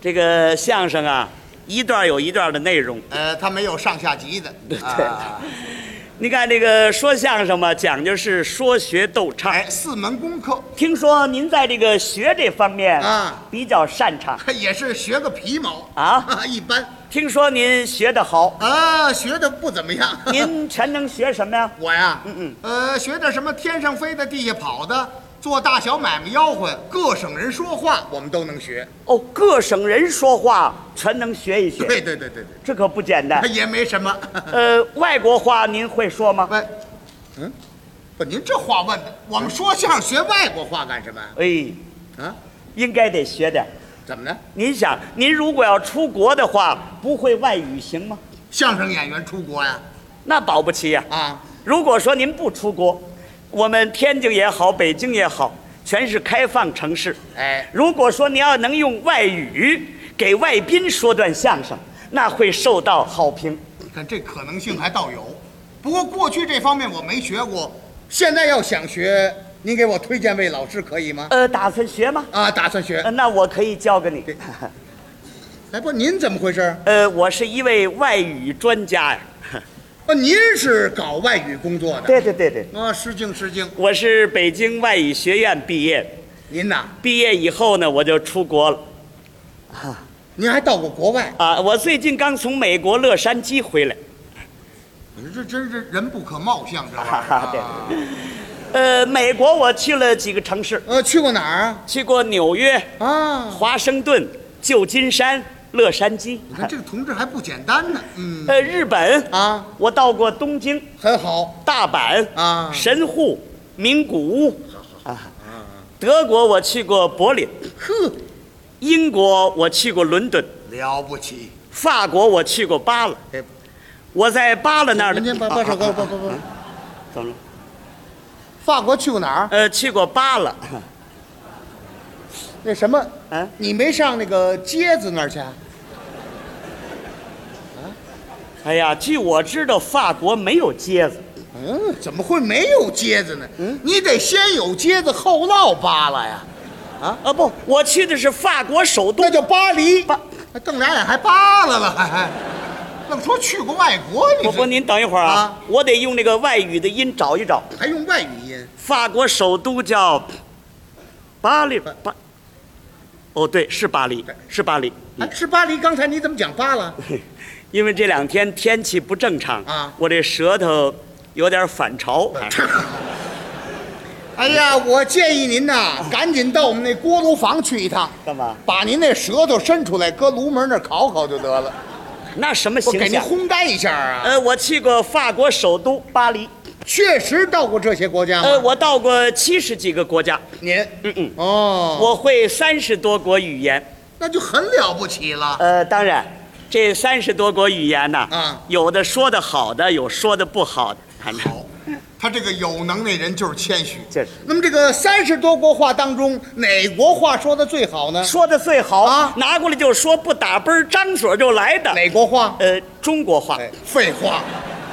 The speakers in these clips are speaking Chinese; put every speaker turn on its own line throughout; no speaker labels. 这个相声啊，一段有一段的内容。
呃，他没有上下级 的，啊，
你看这个说相声嘛，讲究是说学逗唱。
哎，四门功课
听说您在这个学这方面
啊
比较擅长，
也是学个皮毛
啊，
一般
听说您学得好，
啊，学的不怎么样。
您全能学什么呀？
我呀，嗯嗯，呃，学点什么天上飞的、地下跑的，做大小买卖吆喝，各省人说话，我们都能学。
哦，各省人说话全能学一学，
对对对对对，
这可不简单
他。也没什么。
呃，外国话您会说吗？
喂，嗯，不，您这话问的，我们说相声学外国话干什么呀？
哎，
啊，
应该得学点。
怎么了？
您想，您如果要出国的话，不会外语行吗？
相声演员出国呀？
那保不齐呀、
啊，
如果说您不出国，我们天津也好，北京也好，全是开放城市。
哎，
如果说您要能用外语给外宾说段相声，那会受到好评。
你看这可能性还倒有，不过过去这方面我没学过，现在要想学，您给我推荐位老师可以吗？
呃，打算学吗？
啊，打算学
呃，。那我可以教给你
对。哎，不，您怎么回事？
呃，我是一位外语专家 呀。
哦，您是搞外语工作的？
对对对对，
啊，失敬失敬。
我是北京外语学院毕业，
您呐，
毕业以后呢，我就出国了。
您还到过国外？
啊，我最近刚从美国洛杉矶回来。
您这真是人不可貌相，这玩意
哈
儿
哈，
啊。
对。 呃，美国我去了几个城市，
呃，去过哪儿啊？
去过纽约、
啊，
华盛顿、旧金山、洛杉矶。
你看这个同志还不简单呢。嗯
呃，日本，
啊，
我到过东京、
很好
大阪、
啊。
神户、名古屋。啊，德国我去过柏林，
呵，
英国我去过伦敦，
了不起。
法国我去过巴勒
哎。
我在巴勒那儿的，
您您把把手给我，不不不，
怎么了？
法国去过哪儿？
呃，去过巴勒。
那什么，
嗯，
你没上那个街子那儿去啊？
哎呀，据我知道，法国没有街子。
嗯，怎么会没有街子呢？你得先有街子，后落扒拉呀。
啊不，我去的是法国首都
那。叫巴黎。
巴
还瞪俩眼还扒拉了，还还，愣说去过外国，你
不不，
这
您等一会儿啊，
啊
我得用那个外语的音找一找。
还用外语音？
法国首都叫巴黎巴，哦对，是巴黎，是巴黎。
啊，是巴黎。刚才你怎么讲巴 了？
因为这两天天气不正常
哎啊
我这舌头有点反潮。
哎呀，我建议您呐，赶紧到我们那锅炉房去一趟，
干嘛？
把您那舌头伸出来，搁炉门那儿烤烤就得了，
那什么
我
形
给您
象？
烘干一下啊。
呃，我去过法国首都巴黎，
确实到过这些国家
呃，
吗？
我到过七十几个国家，
您，
嗯嗯，
哦，
我会三十多国语言。
那就很了不起了。
呃，当然，这三十多国语言呢，
啊
有的说的好的，有说的不好的，哎反正
好，他这个有能耐人就是谦虚。
这是
那么这个三十多国话当中，哪国话说的最好呢？
说的最好
啊
拿过来就说，不打啵儿张嘴就来的。
哪国话？
呃，中国话
哎，废话，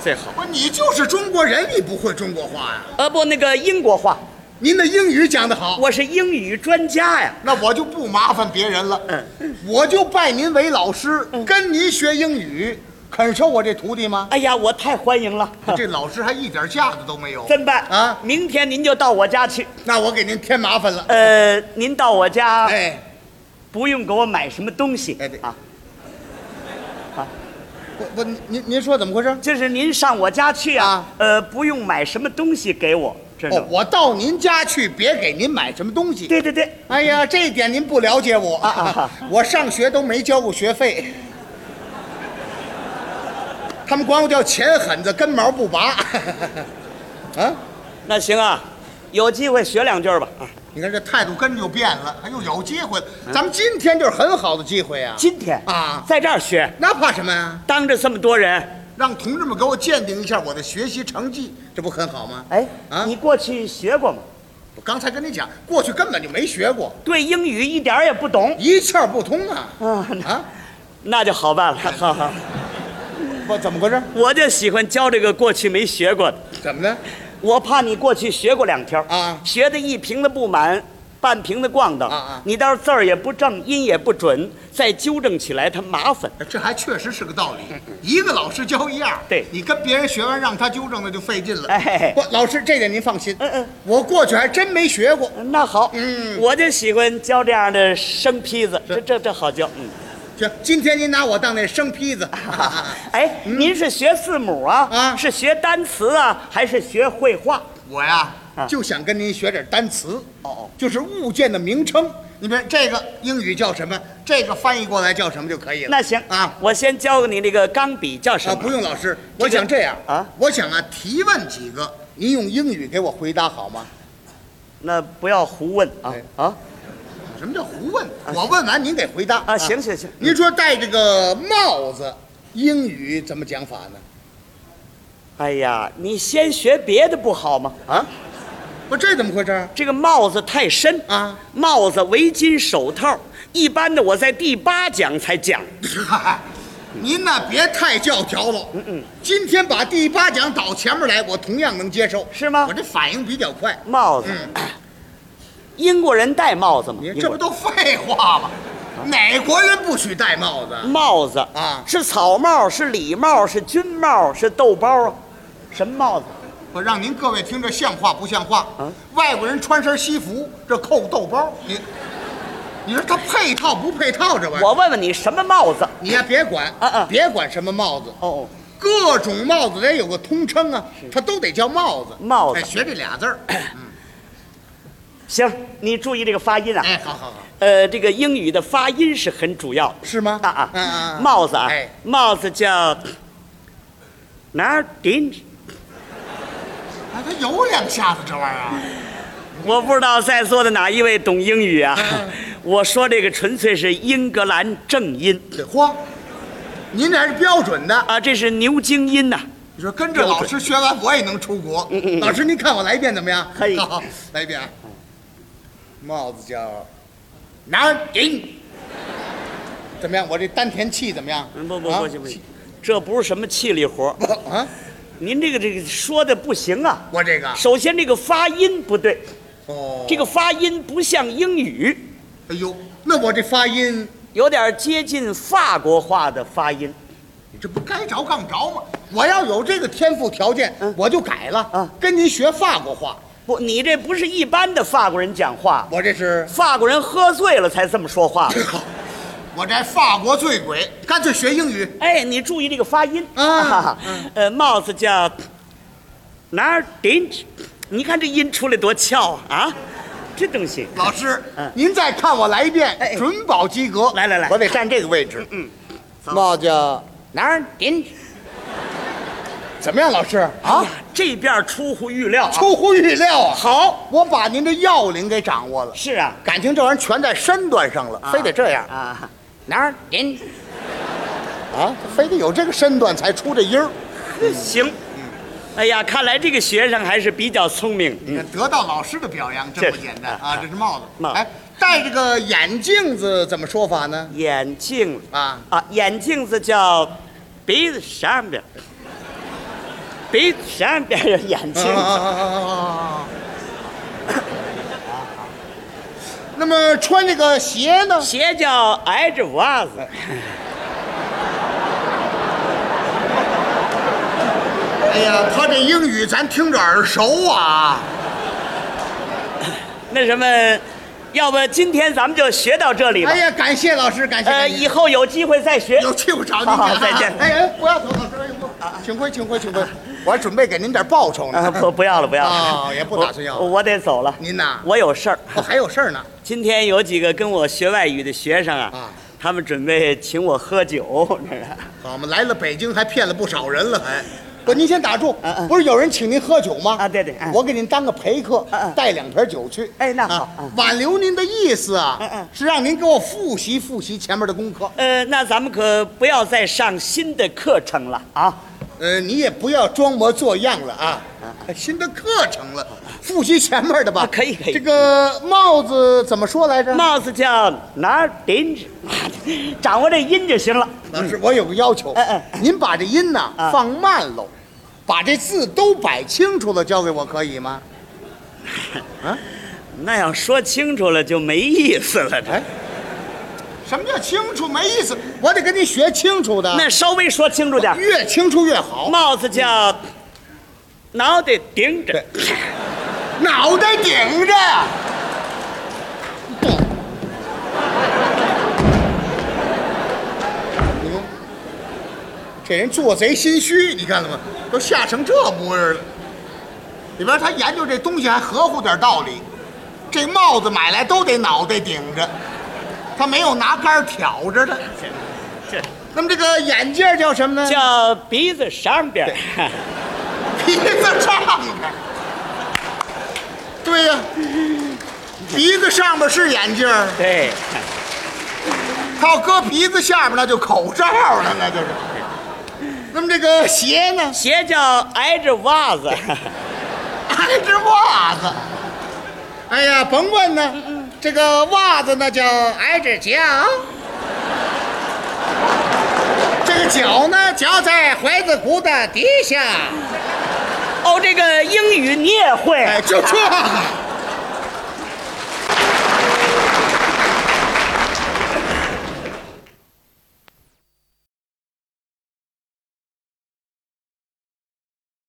最好。
不，你就是中国人，你不会中国话呀？
呃，不，那个英国话，
您的英语讲得好，
我是英语专家呀。
那我就不麻烦别人了，
嗯
我就拜您为老师，跟您学英语，肯收我这徒弟吗？
哎呀，我太欢迎 了，
这老师还一点架子都没有，
怎么办
啊？
明天您就到我家去。
那我给您添麻烦了。
呃，您到我家
哎，
不用给我买什么东西
哎对
啊，
不不，您您说怎么回事？
就是您上我家去啊
啊，
呃，不用买什么东西给我，知道
哦
吗，？
我到您家去，别给您买什么东西。
对对对。
哎呀，这一点您不了解我
啊啊
我上学都没交过学费，他们管我叫钱狠子，根毛不拔。 啊，
那行啊，有机会学两句吧。啊
你看这态度跟着就变了，哎呦，有机会了，咱们今天就是很好的机会啊！
嗯今天
啊
在这儿学，
那怕什么呀？
当着这么多人，
让同志们给我鉴定一下我的学习成绩，这不很好吗？
哎，
啊
你过去学过吗？
我刚才跟你讲，过去根本就没学过，
对英语一点儿也不懂
一窍不通啊！
啊，那
啊，
那就好办了。 好好，
我怎么回事？
我就喜欢教这个过去没学过的，
怎么的？
我怕你过去学过两条
啊
学的一瓶子不满，半平的逛荡，
啊啊
你倒是字儿也不正，音也不准，再纠正起来它麻烦。
这还确实是 个道理。一个老师教一样，
对
你跟别人学完让他纠正了就费劲了。
哎
不，老师这点您放心。
嗯嗯，
我过去还真没学过。
那好，
嗯
我就喜欢教这样的生坯子，
是
这这这好教。嗯，
行，今天您拿我当那生坯子。
哎，您是学字母啊？
嗯啊
是学单词啊，还是学绘画？
我呀
啊，
就想跟您学点单词。
哦哦，
就是物件的名称。你比如这个英语叫什么，这个翻译过来叫什么就可以了。
那行
啊，
我先教给你这个钢笔叫什
啊，
么？
不用老师，我想这样
啊
我想啊提问几个，您用英语给我回答好吗？
那不要胡问啊
哎
啊
什么叫胡问？我问完您得回答
啊！行。行行，
您说戴这个帽子，英语怎么讲法呢？
哎呀，你先学别的不好吗？啊，
不，这怎么回事儿？
这个帽子太深
啊，
帽子、围巾、手套，一般的我在第八讲才讲。
嗯嗨 您呐，别太教条了。嗯嗯，今天把第八讲倒前面来，我同样能接受。
是吗
我这反应比较快。
帽子，英国人戴帽子吗？
你啊
英
这
国
不
人
都废话吗？哪国人不许戴帽子？
帽子
啊
是草帽，是礼帽，是军帽，是豆包啊，什么帽子？
我让您各位听着像话不像话？
啊
外国人穿身西服，这扣豆包，你，你说他配套不配套这玩意儿？
我问问你，什么帽子？
你呀，别管，
啊啊
别管什么帽子，
哦，
各种帽子得有个通称啊，它都得叫帽子。
帽子
哎学这俩 字儿。
行，你注意这个发音啊。
哎，好好好，
呃，这个英语的发音是很主要的。
是吗？
啊啊，
嗯嗯嗯
帽子啊，
哎，
帽子叫哪儿顶？
啊他有两下子这玩意儿啊
我不知道在座的哪一位懂英语啊？
嗯
我说这个纯粹是英格兰正音
啊，得慌。您这还是标准的。
啊，这是牛津音呐、
你说跟着老师学完，我也能出国。老师，您看我来一遍怎么样？
嗯可以
好好，来一遍啊。帽子叫哪儿顶？怎么样？我这丹田气怎么样？
嗯不不
啊
不行不行，这不是什么气力活儿，
啊！
您这个这个说的不行啊。
我这个
首先这个发音不对，
哦，
这个发音不像英语，
哎呦，那我这发音，
有点接近法国话的发音。
你这不该着杠着吗？我要有这个天赋条件，我就改了
嗯
跟您学法国话。
不，你这不是一般的法国人讲话，
我这是，
法国人喝醉了才这么说话。
嗯我这法国醉鬼，干脆学英语。
哎，你注意这个发音
啊
哈，呃，帽子叫哪儿顶？你看这音出来多翘啊！啊，这东西
老师
嗯，
您再看我来一
哎
遍，准保及格。
来来来
我得站这个位置。嗯，帽叫哪儿您？怎么样，老师
啊
啊？，
这边出乎预料啊。
出乎预料啊！
好，
我把您的要领给掌握了，
是啊，
感情这玩意儿全在身段上了，非得这样
啊。
哪儿您？啊，非得有这个身段才出这音儿。
行，哎呀，看来这个学生还是比较聪明。嗯
你看，得到老师的表扬真不
这
简单嗯啊！这是帽子。
帽
哎，戴这个眼镜子怎么说法呢？
眼镜
啊，
啊，眼镜子叫鼻子上边，鼻子上边有眼镜
啊
子。
啊啊啊啊那么穿这个鞋呢？
鞋叫挨着袜子，
哎呀，他这英语咱听着耳熟啊！
那什么，要不今天咱们就学到这里吧
哎。呀，感谢老师，感谢。
呃，
感谢
以后有机会再学。
有气不着您
好好
哎啊
再见
哎哎，不要走，老师，哎我请回，请回，请回。我还准备给您点报酬
啊，
呢。
不不要了，不要了，
哦也不打算要啊了
我我得走了。
您呐
我有事儿。
我还有事儿呢。
今天有几个跟我学外语的学生啊
啊，嗯
他们准备请我喝酒。
好嘛，啊来了北京还骗了不少人了，还。不，您先打住，不是有人请您喝酒吗？
哎嗯啊对对嗯
我给您当个陪客
嗯嗯，
带两瓶酒去。
哎那好
啊
嗯
挽留您的意思
嗯嗯
啊，是让您给我复习复习前面的功课。
呃，那咱们可不要再上新的课程了啊！
呃，你也不要装模作样了啊，新的课程了，复习前面的吧。
嗯啊可以可以
这个帽子怎么说来着？
帽子叫哪儿顶着，掌握这音就行了。
老师，啊我有个要求，
嗯嗯
您把这音呐
啊
放慢喽，把这字都摆清楚了，交给我可以吗？
那要说清楚了就没意思了。这
哎，什么叫清楚没意思？我得跟你学清楚的，
那稍微说清楚点儿，
越清楚越好。
帽子叫脑袋顶着，
脑袋顶着，不你看哎这人做贼心虚，你看了吗？都吓成这模样了。里边他研究这东西还合乎点道理，这帽子买来都得脑袋顶着，他没有拿杆儿挑着的。
这
那么这个眼镜儿叫什么呢？
叫鼻子上边儿。
鼻子上边。 对呀、鼻子上边是眼镜儿，
对，
他要搁鼻子下边那就口罩了，那就是。那么这个鞋呢，
鞋叫挨着袜子，
挨着啊袜子。哎呀，甭问呢，这个袜子那叫挨着啊脚。这个脚呢，脚在踝子骨的底下。
哦，这个英语你也会？
哎哎，就这个，